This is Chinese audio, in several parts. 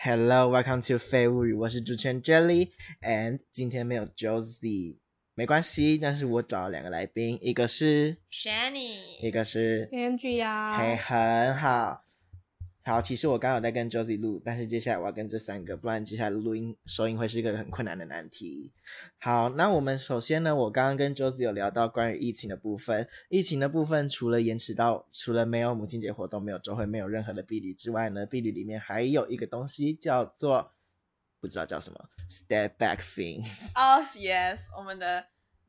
Hello, welcome to 废物语，我是主持人 Jelly，and 今天没有 Josie，没关系，但是我找了两个来宾，一个是 Shanny，一个是 Angie 呀、嘿，很好，好，其实我刚好在跟 Josie 录，但是接下来我要跟这三个，不然接下来录音收音会是一个很困难的难题。好，那我们首先呢，我刚刚跟 Josie 有聊到关于疫情的部分，疫情的部分除了延迟到，除了没有母亲节活动、没有周会、没有任何的避旅之外呢，避旅里面还有一个东西叫做不知道叫什么 step back things，哦、oh,，yes，我们的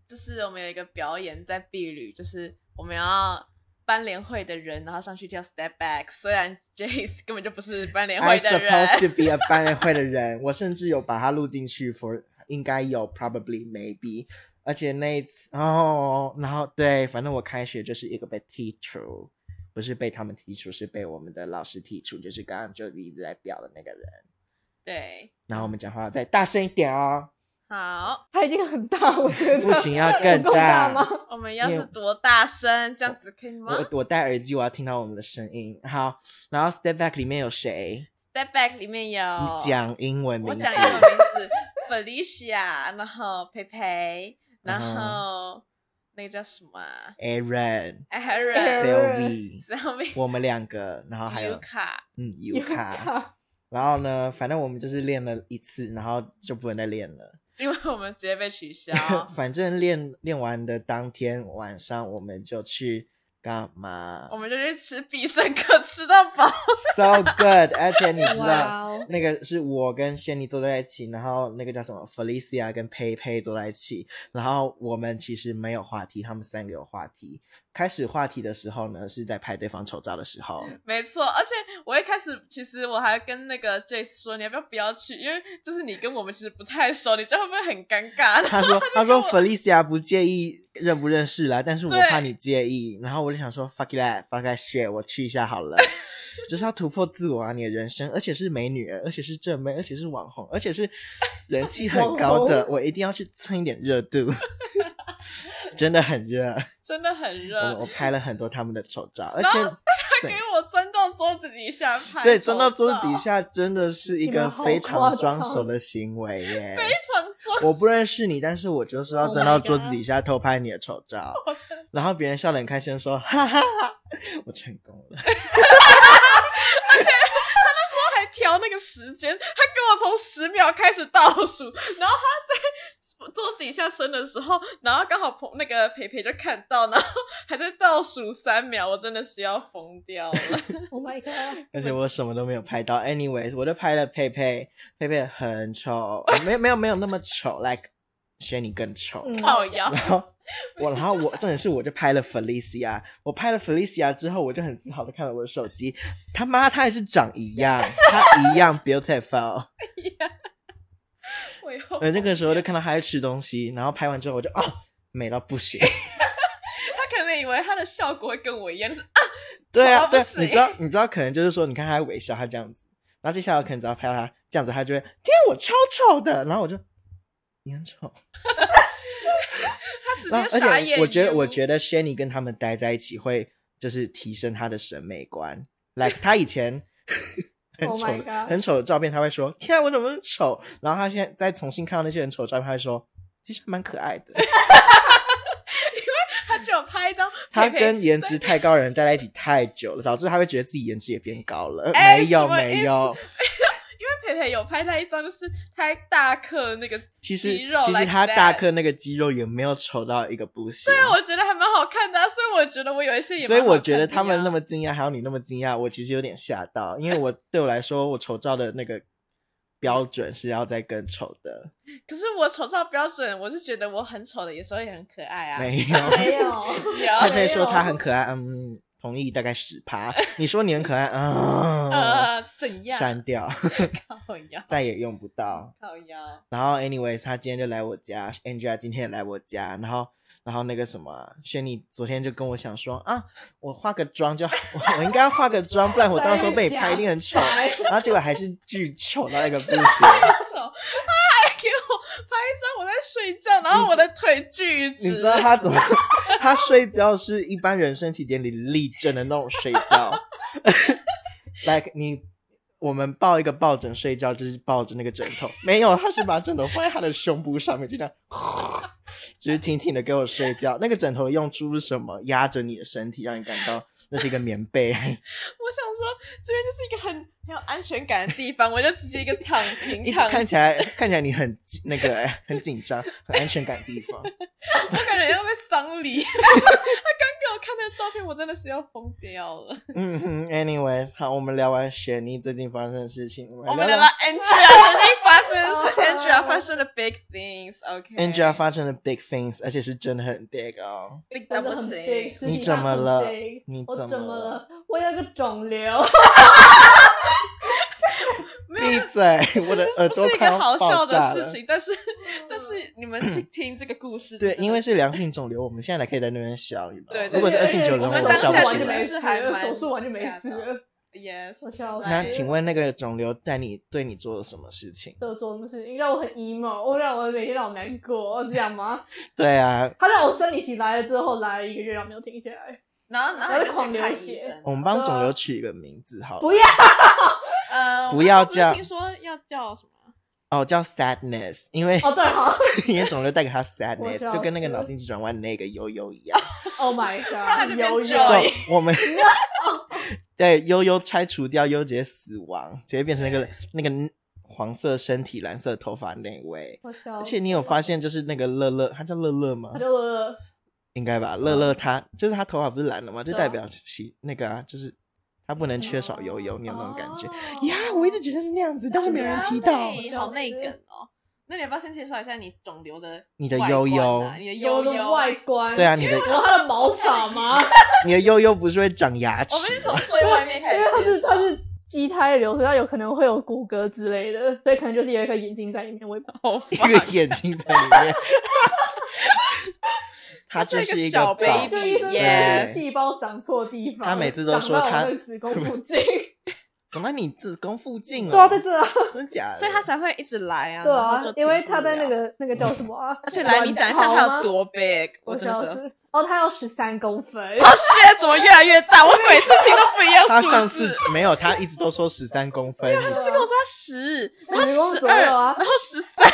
就是我们有一个表演在避旅，就是我们要班联会的人，然后上去跳 step back。虽然 Jace 根本就不是班联会 I'm 的人 supposed to be a 班联会的人，我甚至有把它录进去，for 应该有 probably maybe，而且那一次哦，然后对，反正我开学就是一个被剔除，不是被他们剔除，是被我们的老师剔除，就是刚刚就一直在表的那个人。对，然后我们讲话要再大声一点哦，好，他已经很大，我觉得不 行，要更不够大吗？我们要是多大声，这样子可以吗我我戴耳机，我要听到我们的声音。好，然后 step back 里面有谁？ ？step back 里面有你讲英文名哦我字。讲英文名字 Felicia，然后培培，嗯然哼后、那个叫什么、啊、 Aaron、 ？Aaron， Sylvie，上面我们两个，然后还有 Yuka。嗯有尤卡，卡，然后呢，反正我们就是练了一次，然后就不能再练了。因为我们直接被 取消。反正练练完的当天晚上，我们就去干嘛 我们就去吃必胜客，吃到饱。 ？So good！而且你 知道，哇哦，那个是我跟仙妮坐在一起，然后那个叫什么 Felicia 跟佩佩坐在一起，然后我们其实没有话题，他们三个有话题。开始话题的时候呢，是在拍对方丑照的时候。没错，而且我一开始其实我还跟那个 Jace 说，你要不要不要去？因为就是你跟我们其实不太熟，你这样会不会很尴 尬？他说：“他说 Felicia 不介意认不认识啦，但是我对怕你介意。”然后我就想说：“fuck that，fuck that shit，我去一下好了。”就是要突破自我啊，你的人生，而且是美女，而且是正妹，而且是网红，而且是人气很高的，我一定要去蹭一点热度。真的很热，真的很热我，我拍了很多他们的丑照，而然且后他给我钻到桌子底下拍，对钻到桌子底，下真的是一你个们好非常夸装张熟的行为耶，非常装。我不认识你，但是我就是要 Oh 钻到 my 桌子 God 哦底下偷拍你的丑照，然后别人笑得很开心地说：“哈哈哈，我成功了。他还调那个时间，他跟我从十秒开始倒数， 然后他在桌子底下伸的时候，然后刚好彭那个培培就看到，然后还在倒数三秒，我真的是要疯 掉了。 Oh my god！” 而且我什么都没有拍到。Anyways，我就拍了佩佩，佩佩很丑，呃没有没有没有那么丑，like 轩你更丑。嗯靠腰，然后我，然后我重点是，我就拍了 Felicia，我拍了 Felicia 之后，我就很自豪的看了我的手机，他妈，她还是长一样，她一样 beautiful。我又呃，那个时候就看到她在吃东西，然后拍完之后我就哦，美到不行。他可能以为他的效果会跟我一样，就是啊， 对啊，丑到对不，行你知道，你知道，可能就是说，你看他微笑，他这样子，然后接下来我可能只要拍到他这样子，他就会，天，啊我超丑的，然后我就，你很丑，他直然后而接傻眼且眼。我觉得，我觉得 Shanny 跟他们待在一起会就是提升他的审美观，like 他以前很 Oh 丑 my 的、 God 很丑的照片，他会说，天啊，我怎么那么丑？然后他现在再重新看到那些很丑的照片，他会说，其实蛮可爱 的。他就有拍一张他佩佩跟颜值太高的人待在一起太久了，导致他会觉得自己颜值也变高了。哎没有，什么没意思有。因为培培有拍他一张，就是他还大课那个，其实肌肉其实 like 他大 that 颗那个肌肉也没有丑到一个不行。但我觉得还蛮好看的啊、所以我觉得我有一些也、所以我觉得他们那。么惊讶，还有你那么惊讶，我其实有点吓到，因为我对我来说，我丑照的那个标准是要再更丑的，可是我丑照标准，我是觉得我很丑的，有时候也很可爱啊。没 有。没有，他有，可以没说他有很可爱，嗯，同意大概十趴。你说你很可爱，啊、 呃，怎样？删掉，靠腰，再也用不到。靠腰。然后，anyways，他今天就来我家，Angela 今天也来我家，然后，然后那个什么，啊轩妮昨天就跟我想说啊，我化个妆就好，我我应该要化个妆，不然我到时候被你拍一定很丑。然后结果还是巨丑到一个不行。手，他还给我拍一张我在睡觉，然后我的腿巨直，你知道他怎么？他睡觉是一般人身体典礼立正的那种睡觉 ，like 你我们抱一个抱枕睡觉，就是抱着那个枕头，没有，他是把枕头放在他的胸部上面，就这样， 就是挺挺的给我睡觉。那个枕头的用处是什么？压着你的身体，让你感到那是一个棉被。 我想说，这边就是一个很很有安全感的地方，我就直接一个躺平 一躺看起来看起来你很紧那个很紧张，很安全感的地方。我感觉要被丧礼。他刚给我看那个照片，我真的是要疯掉了。嗯哼，anyways，好，我们聊完雪妮最近发生的事情，我我们们来聊聊到 Angela 最近发生的事 ，Angela 哦发生了 big things，OK、 Angela 发生了 big things，而且是真的很 big 哦。 big 到真的不很行， big，你私底怎下么很了 big 你我怎怎么么了了？我有个肿瘤，没有闭嘴， 我的耳这朵是一快个要好爆笑的炸事了。情，但是 但是你们去听这个故事，对，真的因为是良性肿瘤，我们现在才可以在那边笑。你知道吗对对如果是对恶性而且肿我瘤，们们当笑下不其出实手术完就来没是。还事了，蛮手术完就没事吓到了。 yes， 我笑死那请问那个肿瘤在你对你做了什么事情？都有做什么事情让我很 emo，我让我每天让我难过，这样吗？对啊，他让我生理期来了之后，来了一个月，然后没有停下来。然后然我后在你就去狂流看医血生我们帮肿瘤取一个名字好了，不要呃，不我那时候要是这样听说要叫什么？哦，叫 sadness，因为哦，对， 好因为肿瘤带给他 sadness，笑就跟那个死脑筋急转弯那个悠悠一样。 ，Oh my 他 god，就变有 Joy 有， so, 我 们对悠悠拆除掉悠姐死亡，直接变成那个那个黄色身体、蓝色头发那位。我哦笑死了。而且你有发现，就是那个乐乐，他叫乐乐吗他？就应该嗯吧，乐乐他就是他头发不是蓝的吗？就对啊代表其那个啊，就是他不能缺少悠悠，你有那种感哦觉？呀，我一直觉得是那样子，但是没有人提到对好内梗哦。那你要不要先介绍一下你肿瘤的你的外悠观悠啊你的有悠的悠外观，对啊，，你的然后他的毛发吗？你的悠悠不是会长牙齿我们是从 吗？最外面开始因为它 是介绍它是畸胎瘤，所以它有可能会有骨骼之类的，所以可能就是有一颗眼睛在里面，我也不知道。一个眼睛在里 面，他就这是是一个一个小宝 baby 就一直 Yes 细胞长错地方，他每次都说长到他我那个子宫 附近，怎么你子宫附近了？对啊，在这啊，真假的？ 所以他才会一直来啊。对然啊后就，停因为不他在那了，个那个叫什么啊？ 而且来你讲一下卵巢他吗有多 big，我真的笑是。死。哦，他要十三公分，哦，现在怎么越来越大？我每次听都不一样他数上字次。没有，他一直都说十三公 分，啊上次跟我说他十，然10后公十左二，右啊然后十三，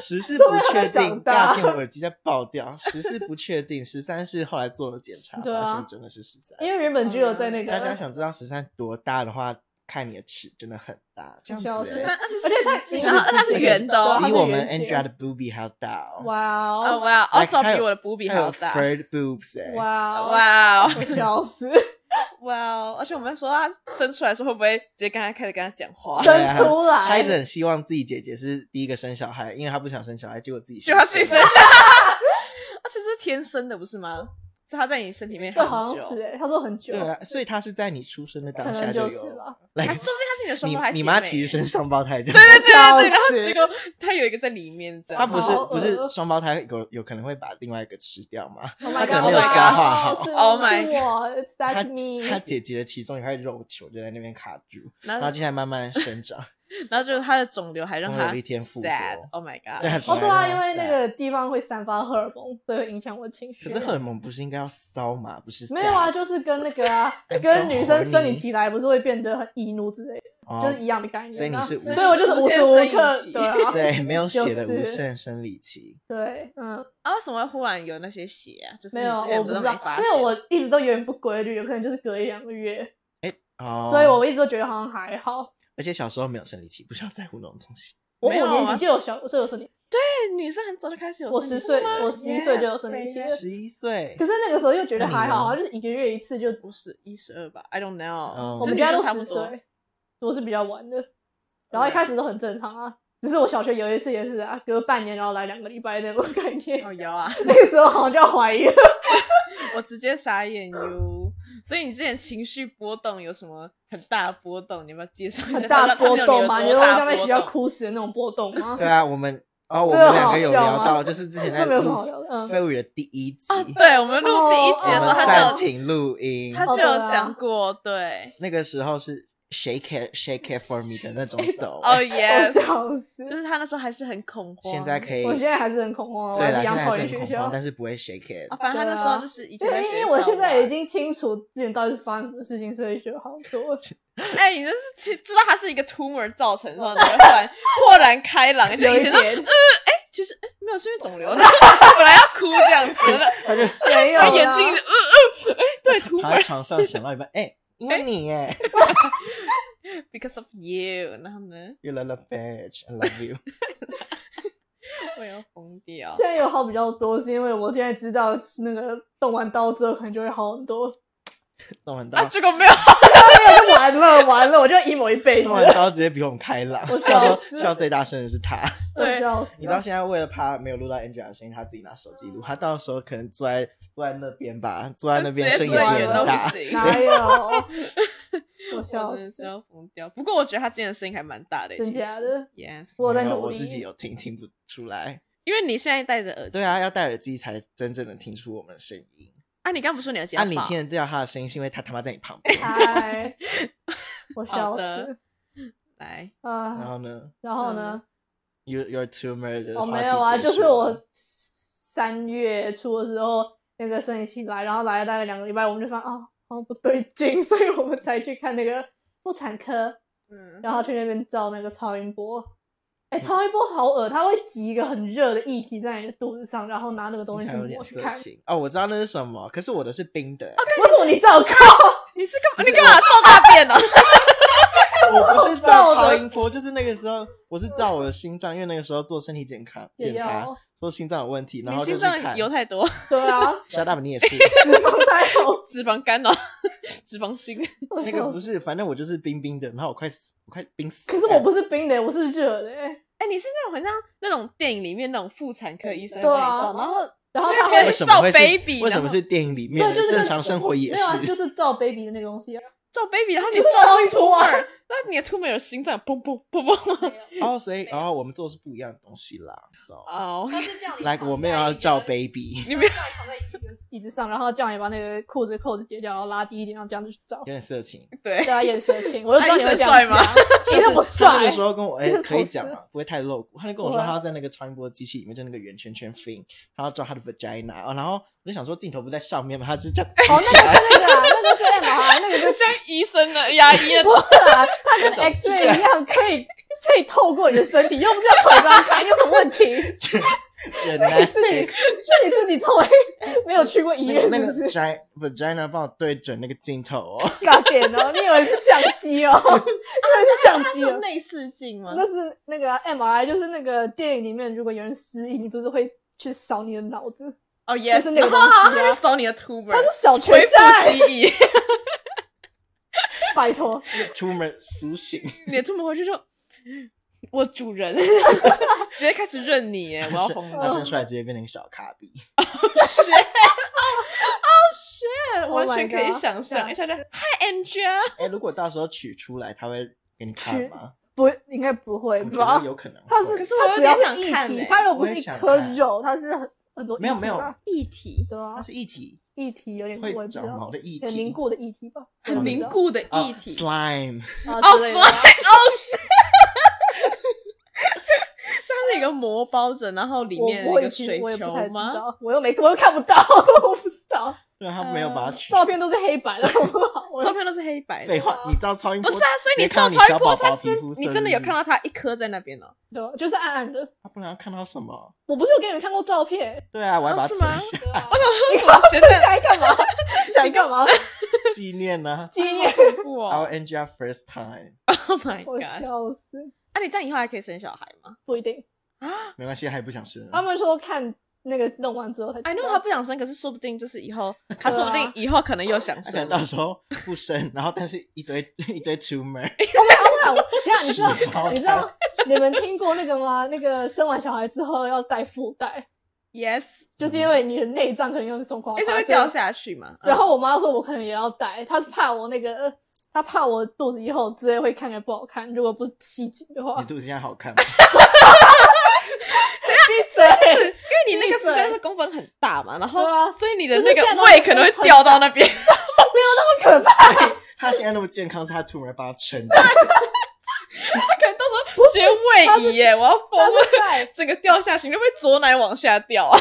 十是不确说明他定，长大大片我耳机在爆掉。十是不确定，十三是后来做了检查，对啊发现真的是十三。因为原本只有在那个，大家想知道十三多大的话，看你的尺真的很大，这样笑子死欸、三，而且而且它是然后它是圆的对哦。啊比我们它是圆形 Angela 的 booby 还要大哦。哇哦哦哇还有，also 还有比我的补比还还有要大。 third boobs 哎、哇哦，哇哦我笑死，哇哦！而且我们说他生出来的时候会不会直接跟他开始跟他讲话？对啊生出来，他一直很希望自己姐姐是第一个生小孩，因为他不想生小孩，结果自己就先他自己生生了。 下来，而且这是天生的，不是吗？是他在你身体里面对，很好像久，是哎，他说很久对，啊，所以他是在你出生的当可下能就有是吧。还说不定他是你的双你胞胎你姐妈妹其实生双胞胎，对对对对对，笑然后死结果他有一个在里面，这样她不是好不是恶双胞胎有有可能会把另外一个吃掉吗？他 Oh my 可能 god！没有 Oh my 消化好 god，Oh my 是我，It's 她 that 她 me。姐姐的其中一块肉球就在那边卡住，然然后后接下来慢慢生 长，然后就是他的肿瘤还让总他有一天复活。 sad。Oh my 对 god！啊哦，对总有一啊，天因为那 sad 个地方会散发荷尔蒙，所以会影响我的情绪。可是荷尔蒙不是应该要骚嘛，不是 sad？没有啊，就是跟那 个啊 I'm，so 跟女生生理期来不是会变得很易怒之类的，哦就是一样的概念啊。所以你是无所以我就是无时无刻无限生理期对啊， 对没有血的就是无限生理期，对，嗯，啊，为什么会忽然有那些血啊？就是没你有，之前我不都知没道发，因现，为我一直都有点不规律，有可能就是隔一两个月，哦，所以我一直都觉得好像还好。而且小时候没有生理期，不需要在乎那种东西。我五没有啊年级就有小，就有生理，对女生很早就开始有我生理十期岁吗，我十一岁就有 Yes，生理期 crazy 了。十一岁可，是那个时候又觉得还好那啊，嗯就是一个月一次就不是一十二吧？I don't know，、嗯我就们女家生都差不十多。岁，我是比较晚的，然后一开始都很正常啊。只是我小学有一次也是啊，隔半年然后来两个礼拜那种概念，哦，有啊， 那个时候好像就要怀疑了。我直接傻眼哟。所以你之前情绪波动有什么很大的波动？你要不要介绍一下？很大的波动嘛，嘛，你说多我大像在波学校动，哭死的那种波动吗？ 对啊，我们哦，我这们有两好个有笑聊吗到，就是之前在这没有什么录好聊的嗯飞舞的第一集，啊，对，我们录第一 集我的时候，们哦他暂就有停录音他，哦就对有啊 讲过，对，那个时候是 shake it shake it for me 的那 种抖。哦我 yes， 笑死就。是他那时候还是很恐慌。现在可以，我现在还是很恐慌，啊我对啦，现是一样在还讨是很厌学恐校啊慌，。但是不会 shake it 哦。反正他那时候就是啊已经对，在因学为校我现在已嘛经清楚自己到底是发生什么事情，所以觉得好 多。哎，你就是其知道它是一个 tumor 造成之后，你会忽然 豁然开朗，就有以 一前都点其实哎没有是因为肿瘤的， 本来要哭这样子 的，没有然啦后眼睛呃呃哎对躺在 tumor 床上想到一 半，哎、因为你耶 because of you，然后呢，You little bitch，I love you。 我要疯掉现。在有好比较多，是因为我现在知道那个动完刀之后可能就会好很多。动完啊，刀，结果没有，哎呀，就完了完了，我就 emo 一辈子动。完刀直接比我们开朗。 我笑笑说 死笑最大声的是他。我对笑死你知道现在为了怕没有录到 Angela 的声音，他自己拿手机录，他到时候可能坐在坐在那边吧，坐在那边直接声嘴音坐在也远变都很不大。行。哪有？ 我我笑真的是死！要疯掉。不过我觉得他今天的声音还蛮大的，真其实假的？Yes，我在没有努我力。自己有听听不出来。因为你现在戴着耳机，对啊，要戴耳机才真正的听出我们的声音。啊，你刚不是说你耳机要按你爆听得到他的声音，是因为他他妈在你旁边。嗨， 我好笑的死来，然啊！后呢然后呢？ ，You your tumor 的我话没有啊，题就结束是了我三月初的时候，那个生理期来，然后来了大概两个礼拜，我们就发现啊，好像不对劲， 所以我们才去看那个妇产科，嗯，然后去那边照那个超音波。哎、超音波好恶，它会挤一个很热的液体在你的肚子上，然后拿那个东你西才去有点抹去色看。哦情哦，我知道那是什么，可是我的是冰的欸、为什么 你照看？你是干嘛？你干嘛照大便呢？我不是照照的超音波，就是那个时候我是照我的心脏，因为那个时候做身体健康也检查要，说心脏有问题，然 你后就心去脏看。油太多， 对啊，小大你也 是，脂肪太厚。脂肪肝了，脂肪心。我那个笑不是，反正我就是冰冰的，然后我快死，我快冰死了。可是我不是冰的，我是热的、欸。哎，你是那种很像那种电影里面那种妇产科医生对帮啊你照，然后然后在那他边为会什么会是照 baby，为什么然后是电影里面的？对，就是正常生活也没有啊，是。就是照 baby 的那个 东西啊。照 baby，然后你就是照超音波啊 tumor，那你的 tumor 有心脏砰砰砰砰 砰。哦，所以哦，我们做的是不一样的东西啦。So， 哦，它是这样来，我没有要照 baby，你没有叫你躺在一个椅子上，然后叫你把那个裤子扣子解掉，然后拉低一点，然后这样子去找有。点色情。对对，啊，眼神亲，我就知道你会这那样医哦生帅吗讲。你那他么那帅个时，候跟我哎、真是可以丑死讲嘛，不会太露骨。他就跟我不说会他要在那个超音波机器里面，就那个圆圈圈 thing，他要照他的 vagina、哦。然后我就想说镜头不在上面嘛，他是这样 哦，抬起来。那个是那个啊，那个是 M R，那个是 像医生的牙医那不种，是啊？它跟 X ray 一样，可以可以透过你的身体，又不是要腿张开，有什么问 题？ 是你 Gymnastic，是你自己从 来没有去过医那个院，那是个不是？ vagina vagina 帮我对准那个镜头哦。 尬点哦，你以为是相机哦？以为是相 机哦？内视镜吗那是那个啊 MRI，就是那个电影里面，如果有人失忆，你不是会去扫你的脑子？哦，也就是那个然后好像东西 他啊就扫你的 tumor，它是扫全恢复身，记忆， 拜托，出门苏 醒，你的 tumor 回去说， 我主人，直接开始认你耶，我要疯他了，生出来直接变成一个小卡比。完全可以 Oh my god，想象一下就，Hi Angel，哎、如果到时候取出来，他会给你看吗？不应该不会我觉吧得？有可能会。它是，可是我它有只点要想是一看欸体，它又不我是也一想颗看肉，它是很很多没有没有液体吧一体对啊它，是一体，液体有点会我也不知长毛道，的液体，很凝固的液体吧，很凝固的啊液体， slime。啊哦之类，slime 的吧。哦是。 所以它是一个膜包着，然后里我面不有一会个去，水我也不太球知吗？道，我又没，我又看不到， 我不知道，对，他嗯没有把它取。照片都是黑白的，好不好？我照片都是黑白的废，话，你照超音不波是啊，所以直接照看到超音小波，宝它宝是皮肤你色真的有是看到它一颗在那边哦？对啊，就是暗暗的。他不然要看到什么？我不是有给你们看过照片？对啊，我还哦把它是存吗 下对啊为什么现现在在干 嘛？想干嘛？ 纪念呢。纪念？恐怖 Our 哦 NGR first time， ？Oh my 我 god！笑死！那你这样以后还可以生小孩吗？不一定，没关系，还不想生。啊他们说看那个弄完之后才知道。 I know 他不想生，可是说不定就是以后，他啊对啊说不定以后可能又想他可能生。到时候不生，然后但是一堆一堆 tumor，哎啊，我等一下你知屎包道哦蛋你知道 你们听过那个吗？那个生完小孩之后要带腹带， Yes，就是因为你的内脏可能又是松垮哎，垮，这会哦所以掉下去嘛？嗯然后我妈说我可能也要带，她是怕我那个，呃她怕我肚子以后之类会看起来不好看，如果不细紧的话你。肚子现在好看吗？闭嘴！ 因为你那个闭实嘴在是公分很大嘛，然对后啊所以你的就那是个这样胃可能会掉到那边。不可怕！他他现在那么健康，是他突然把他撑的。他可能到时候直接位移耶，我要疯他了，是在整个掉下去，你就被左奶往下掉啊，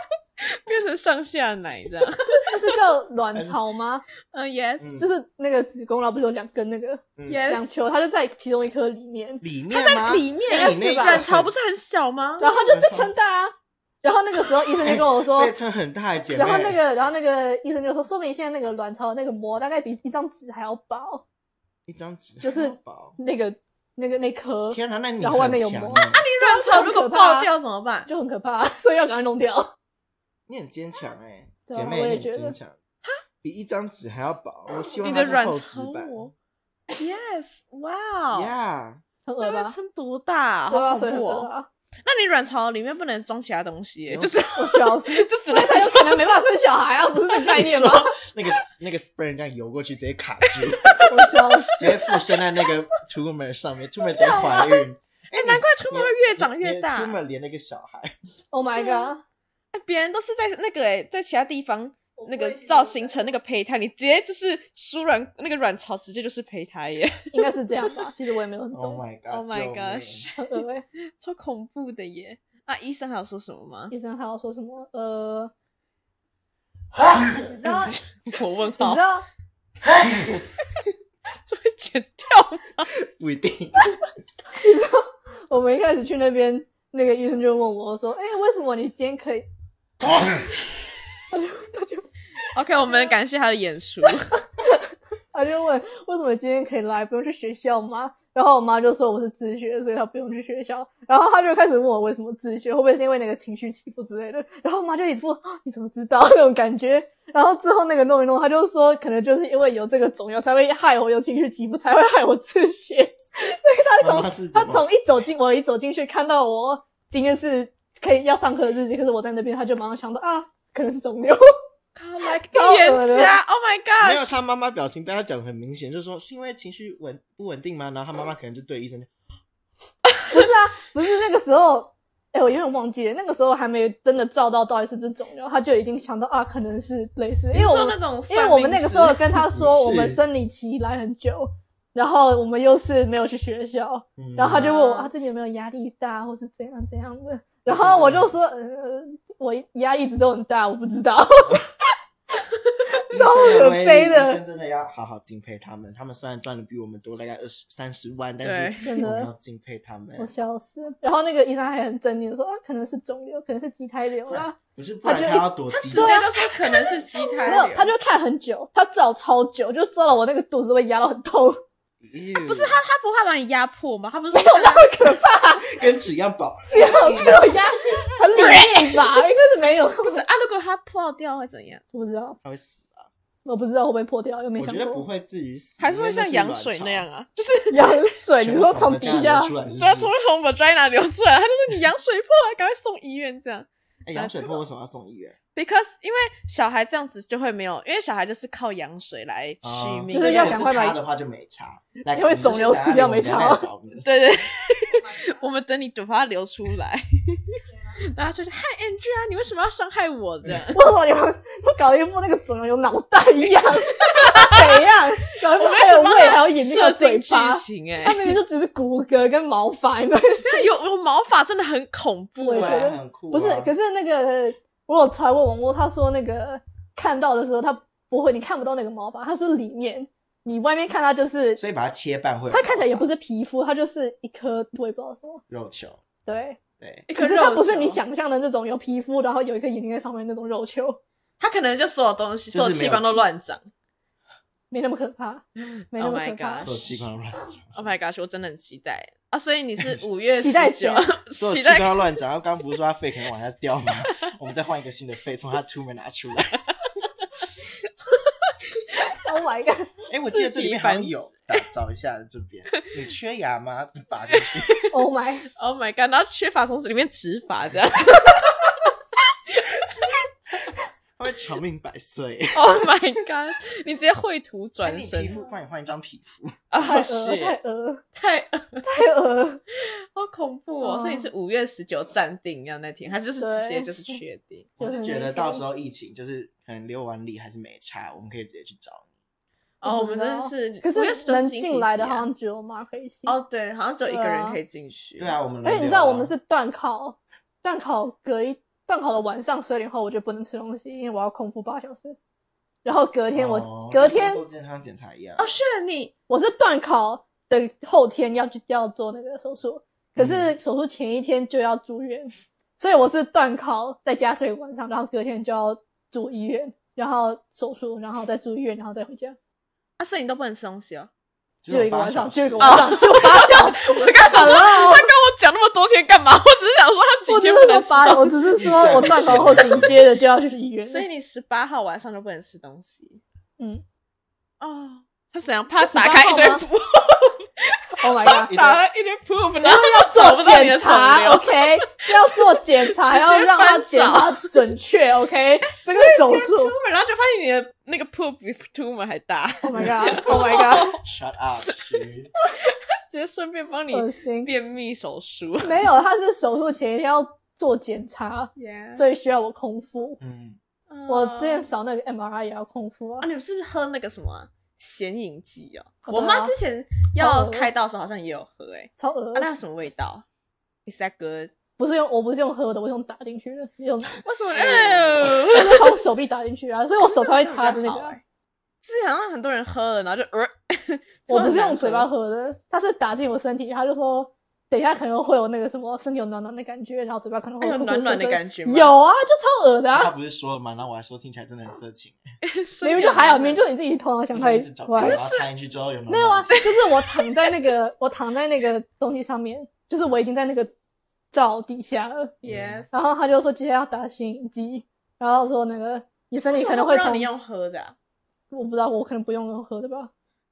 变成上下奶这样。那是叫卵巢吗？嗯，yes 嗯就是那个子宫，然后不是有两根那个嗯， yes，两球，它就在其中一颗里面，哦里啊面吗？里面应该是吧卵巢不是很小吗？然后它就被撑大啊。然后那个时候医生就跟我说哎被，撑很大的姐妹。然后那个，然后那个医生就说，说明现在那个卵巢的那个膜大概比一张纸还要薄，一张纸就是好薄那个那个那颗天哪，那你然后外面有很强膜啊欸你卵巢如果爆掉怎么办？就很可怕，所以要赶快弄掉。你很坚强哎，对姐啊妹我也你很觉得坚强，比一张纸还要薄。我希望你它的是卵厚巢纸板。膜。Yes，哇、wow, Yeah，很那恶会吧？撑多大、啊？对啊，好所以恐很怖、可哦！怕，那你卵巢里面不能装其他东西耶，不用就是我笑死。 就只能他有可能没办法生小孩啊，不是这个概念吗？那个那个 spring 这样游过去，直接卡住， 我笑死。直接附身在那个 tumor 上面，tumor 直接怀孕。哎，啊难怪你 tumor 会越长越大你你的，tumor 连那个小孩， Oh my 对啊 god！别人都是在那个诶，在其他地方我不那会个去造做型的成那个胚胎，你直接就是输卵那个卵巢直接就是胚胎耶应该是这样吧？其实我也没有很 Oh 懂， my ！Oh god！救 my 命 gosh，很恶欸超恐怖的耶！啊，医生还有说什么 吗？医生还要说什么？呃，你知道？你我问号知，道？这会剪掉吗？不一 定。我们一开始去那边，那个医生就问我说：“哎、为什么你今天可以？”他就他就 OK，我们感谢他的演出。他就问为什么今天可以来，不用去学校吗？然后我妈就说我是自学，所以她不用去学校。然后她就开始问我为什么自学，会不会是因为那个情绪起伏之类的？然后我妈就一副啊你怎么知道 那种感觉。然后之后那个弄一弄，她就说可能就是因为有这个肿瘤才会害我有情绪起伏，才会害我自学。所 以她妈妈是怎从她么从一走进我一走进去，看到我今天是可以要上课的日期，可是我在那边，她就马上想到啊，可能是肿瘤。他来超恶演的家，Oh my 没有， God！他妈妈表情被他讲很明显，就是说是因为情绪稳不稳定吗？然后他妈妈可能就对医生，不是啊，不是那个时候，哎、我有点忘记了，那个时候还没有真的照到到底是不是肿瘤，他就已经想到啊，可能是类似，因为我说那们种，因为我们那个时候跟他说是我们生理期来很久，然后我们又是没有去学校，嗯然后他就问我啊啊，最近有没有压力大，或是怎样怎样的，然后我就说，呃，我压力一直都很大，我不知道，超可悲的医生真的要好好敬佩他们。他们虽然赚的比我们多大概二十三十万，但是我对真的们要敬佩他们 我。笑死。然后那个医生还很镇定地说啊，可能是肿瘤，可能是畸胎瘤啦。不是，不然他就他要多激直接啊就说可能是畸胎没有，他就看很久，他照超久，就照到我那个肚子被压到很痛，不是他他不会把你压迫吗？他不是说像太可怕，跟纸一样薄，只有 只有压很里面 吧，应该是没有，不是啊？如果他破掉会怎样？不知道，他会死吧？我不知道会不会破掉，又没我想觉得不过。会至于死，还是会像因为羊那是水卵巢那样，啊？就是 羊水，你全部说从从底下这样流，出来是不对啊，是从？从 vagina 流出来，他就说你羊水破了，赶快送医院这样。哎，羊水破为什么要送医院？ Because 因为小孩这样子就会没有，因为小孩就是靠羊水来续哦命，啊就是要赶快把如果是他的话就没差，来因为肿瘤死掉没差我们就是等下我们再来 找你对对，我们等你把它流出来， 然后他就是嗨 Angie 啊，你为什么要伤害我这样？为什么你们不搞一副那个肿瘤有脑袋一样？ 是怎样？搞一副还有胃，还有眼睛，还射有嘴精巴剧， 情哎、它明明就只是骨骼跟毛发，你知 道吗对，有有毛发真的很恐怖我对也啊觉哎、得很酷啊。不是，可是那个我有查过网络，他说那个看到的时候，他不会，你看不到那个毛发，它是里面，你外面看它就是，所以把它切半会有它看起来也不是皮肤，它就是一颗我也不知道什么。肉球，对，对，一可个是它肉不是球你，想象的那种有皮肤，然后有一颗眼睛在上面那种肉球，他可能就所有东西、就是所有细胞都乱长。没那么可怕，没那 Oh 么 my 可怕。 gosh 所有器官乱长。 Oh my gosh，我真的很期待啊！所以 你是五月期待十九钱，所有 期器官待要乱长，然后刚不是说他肺可能往下掉吗？ 我们再换一个新的肺，从他 tumor 拿出来。 oh my god！ 哎、我记得这里面好像有自，找找一下这边。你缺牙吗？拔进去。 Oh my！ Oh my god，然后缺乏从里面植发这样。 他会长命百岁。 Oh my god，你直接绘图哎转你皮身肤帮你换一张皮肤，太啊！恶，太是恶，太太恶！好恐怖哦！哦所以你是五月十九暂定要那天，还是就是直接就是确定？我就是是觉那得个到时候疫情就是可能流完理还是没差，我们可以直接去找你。哦，我不们知真的道是，可我也是都能星期进来的几好啊像只有妈可以进。哦，对，好像只有一个对人啊可以进去。对啊，我们轮而且流你知道我啊们是断考，断考隔一断考的晚上十二点后我就不能吃东西，因为我要空腹八小时。然后隔天我、哦隔就跟天做健康检查一样哦，，炫你我是断考的后天要去要做那个手术，可是嗯手术前一天就要住院，所以我是断考再加睡晚上，然后隔天就要住医院，然后手术，然后再住医院，然后再回家，啊，所以你都不能吃东西哦。 只只有有一个八晚上，小只有一时个晚 上，只有八小时。我刚想说，他跟我讲那么多天干嘛？我只是想说他我几只天是不能说吃八，东我只是说我断考后紧接着就要去医院了，西，所以你十八号晚上就不能吃东西嗯哦。他怎样怕是打18开一堆号吗 proof， ，Oh my god，一堆 打开一堆 proof，然后要找不做到你的检肿查瘤。 ，OK，要做检查，直接要让他翻检查准确，OK，这个哦手 术 tumor，然后就发现你的那个 poop 比 tumor 还大， ，Oh my god，Oh my god， Shut up，嘘直接顺便帮你恶心，便秘手 术。没有，他是手术前一天要做检查，嗯所以需要我空腹。嗯，我之前扫那个 MRI 也要空腹哦啊，啊，你们是不是喝那个什么啊显影剂哦？哦我对妈啊之前超要恶开刀的时候好像也有喝、欸，超恶哎、啊，那什么味道？Is that good？不是用，我不是用喝的，我是用打进去的，用 我为什 么？哎是从手臂打进去啊，所以我手 才会插着那个好啊。欸就是好像很多人喝了，然后就呃， 我不是超难用嘴巴 喝，喝的，他是打进我身体，他就说等一下可能会有那个什么身体有暖暖的感觉，然后嘴巴可能会哎有苦苦暖暖的涩涩感觉吗有啊，就超恶的、他啊。不是说了吗？然后我还说听起来真的很色情，明明就还好，明明就你自己头脑想就太是一直找，歪然。后插进去之后有没有？没有啊，就是我躺在那个我躺在那个东西上面，就是我已经在那个罩底下了。 yes。然后他就说接下来要打显影剂，然后说那个你身体可能会让从你用喝的啊、我不知道，我可能不用喝的吧。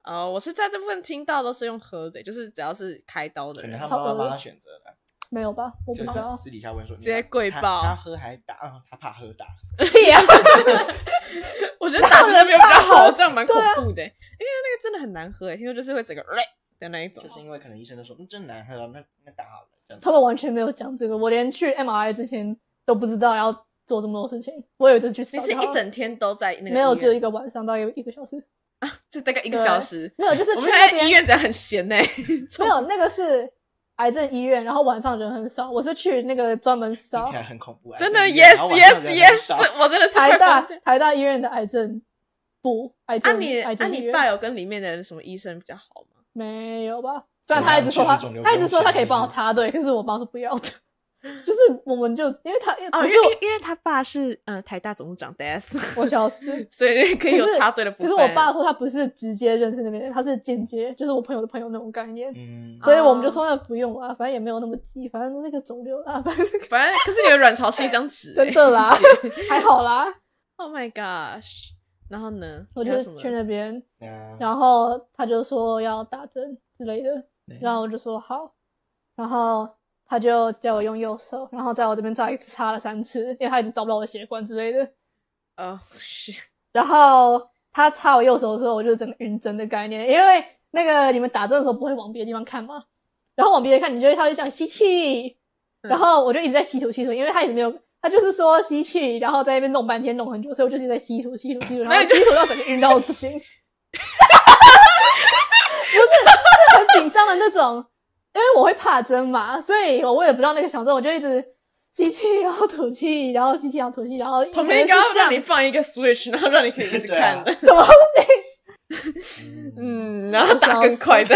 哦我是在这部分听到都是用喝的、就是只要是开刀的可人能，他妈妈帮他选择的，啊没有吧？我不就知道是，私底下问说直接跪他爆他喝还打，啊他怕喝打，屁啊！ 我觉得打针没有比较好，这样蛮恐对啊怖的欸、因为那个真的很难喝、欸，听说就是会整个呃的那一种就。是因为可能医生都说嗯真难喝，那那打好了这样子他们完全没有讲这个，我连去 MRI 之前都不知道要做这么多事情，我以为就去你扫是就好了。一整天都在那个没有，医只有院一个晚上，大概一个小时。这大概一个小时。没有，就是我去们那在医边院真的很闲呢、 没有那个是癌症医院，然后晚上人很少。我是去那个专门扫听起来很恐怖啊，真的这个医院 yes 然后晚上 yes 人很 yes，少我真的是 台快大疯掉台大医院的癌症部癌啊症你癌啊症医你院爸有跟里面的人什么医生比较好吗？没有吧？虽然他一直说他肿瘤他一直说他可以肿瘤不用钱帮我插队，可是我妈说不要的。 就是我们就因为他因为哦，不因是为因为他爸是呃台大总务长 DS，我我小四， 所以可以有插队的部可分。是我爸说他不是直接认识那边人，他是间接，就是我朋友的朋友那种概念。嗯，所以我们哦就说那不用啊，反正也没有那么急，反正那个肿瘤啊，反 正反正可是你的卵巢是一张纸、 欸真 的啦，还好啦。 Oh my gosh！然后呢？我还就有是什么去那边，然然后他就说要打针之类的，然后我就说好，然后他就叫我用右手，然后在我这边再插了三次，因为他一直找不到我的血管之类的。哦是然后他插我右手的时候，我就整个晕针的概念，因为那个你们打针的时候不会往别的地方看嘛，然后往别的看，你就会他就想吸气，嗯然后我就一直在吸吐吸吐，因为他一直没有，他就是说吸气，然后在那边弄半天弄很久，所以我就一直在吸吐吸吐吸吐，然那后你 就吸吐到整个晕到不行，不是是很紧张的那种，因为我会怕针嘛，所以我为了不让那个小针，我就一直。吸气，然后吐气，然后吸气，然后吐气，然后旁边可能刚是刚这样让你放一个 Switch，然后让你可以一直对啊看的，什么东西？嗯，嗯，然后打更快 的。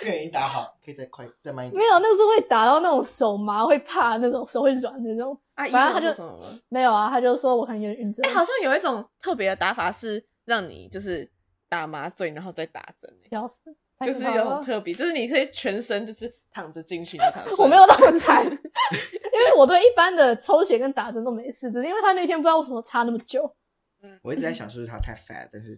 这个已经打好，可以再快再慢一点，没有，那是会打到那种手麻，会怕那种手会软那种。啊，医生反正他有就说什么吗？没有啊，他就说我可能有点晕针哎、。 好像有一种特别的打法是让你就是打麻醉然后再打针、笑死，欸，太就可是怕有种了特别，就是你可以全身就是躺着进去，然后躺着出来 我没有那么惨，因为我对一般的抽血跟打针都没事，只是因为他那天不知道为什么插那么久。我一直在想是不是他太 fat，但是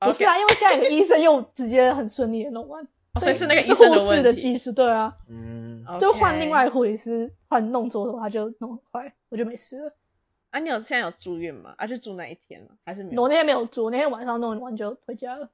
，OK 不是啊，因为下一个医生又直接很顺利的弄完，哦所以是那个医 是生护士的问题，技术，对啊，嗯， OK 就换另外一个护理师换弄左手，他就弄很快，我就没事了。啊，你有现在有住院吗？啊，就住那一天吗？还是没我有？那天没有做，我那天晚上弄完就回家了。嗯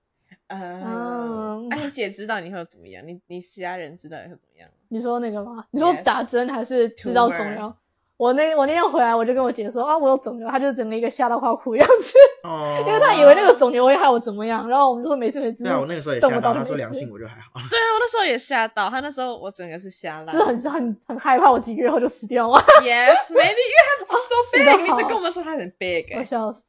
嗯，啊，你姐知道你会怎么样？你你其他人知道你会怎么样吗？你说那个吗？你说 Yes. 打针还是知道 Tumor 肿瘤？我那我那天回来，我就跟我姐说啊，我有肿瘤，她就整个一个吓到快哭的样子，哦，因为她以为那个肿瘤会害我怎么样。然后我们就说没事没事，对啊，我那个时候也动吓不到，动他就说没良事性我就还 好，对啊，我那时候也吓到他，那时候我整个是吓烂就是很很很害怕我几个月后就死掉啊， ，yes maybe，因 哦为他 so 死得 big，你一直好跟我们说他很 big，我哎、笑死。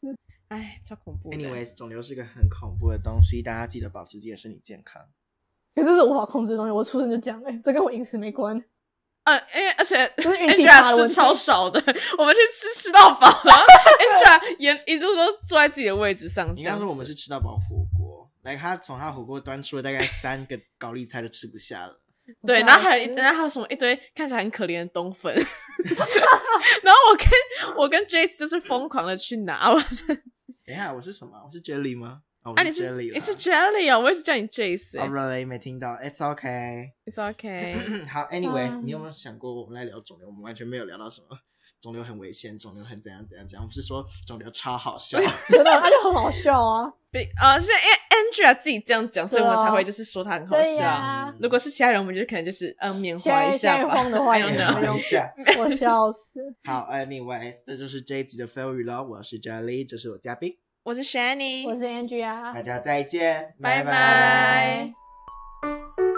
哎，超恐怖的。 Anyways，肿瘤是个很恐怖的东西，大家记得保持自己的身体健康。可是这是无法控制的东西，我出生就这样、哎，这跟我饮食没关，呃，因为而且就 是运气 Angela 差的吃问题。超少的，我们去吃吃到饱，然 后 Angela 沿一路都坐在自己的位置上，这应该样说我们子是吃到饱火锅，来，他从他火锅端出了大概三个高丽菜就吃不下了。对，我然后 还有笑一，死然后还有什么一堆看起来很可怜的冬粉， 然后我跟我跟 Jace 就是疯狂的去拿，我等一下，我是什么？我是 Jelly 吗？哦，啊我你是 Jelly 你是啦。 Jelly 哦，我一直叫你 Jace，、欸哦、oh,，really 没听到，It's okay。 It's okay，好，anyways，、啊你有没有想过我们来聊肿瘤？我们完全没有聊到什么肿瘤很危险，肿瘤很怎样怎样怎样。我们是说肿瘤超好笑。 啊真的，他就很好笑啊。 Big 啊、是因为 Angela 自己这样讲，所以我们对啊才会就是说她很好对笑。呀、嗯如果是其他人，我们就可能就是嗯缅现怀在一现下在吧。慌的话 I 也 don't 缅 know 怀一下。我笑 死。好，anyways，这就是这一集的 f a i l 了。我是 Jelly，这是我嘉宾，我是 Shani，我是 Angie 啊大，家再见，拜拜拜拜。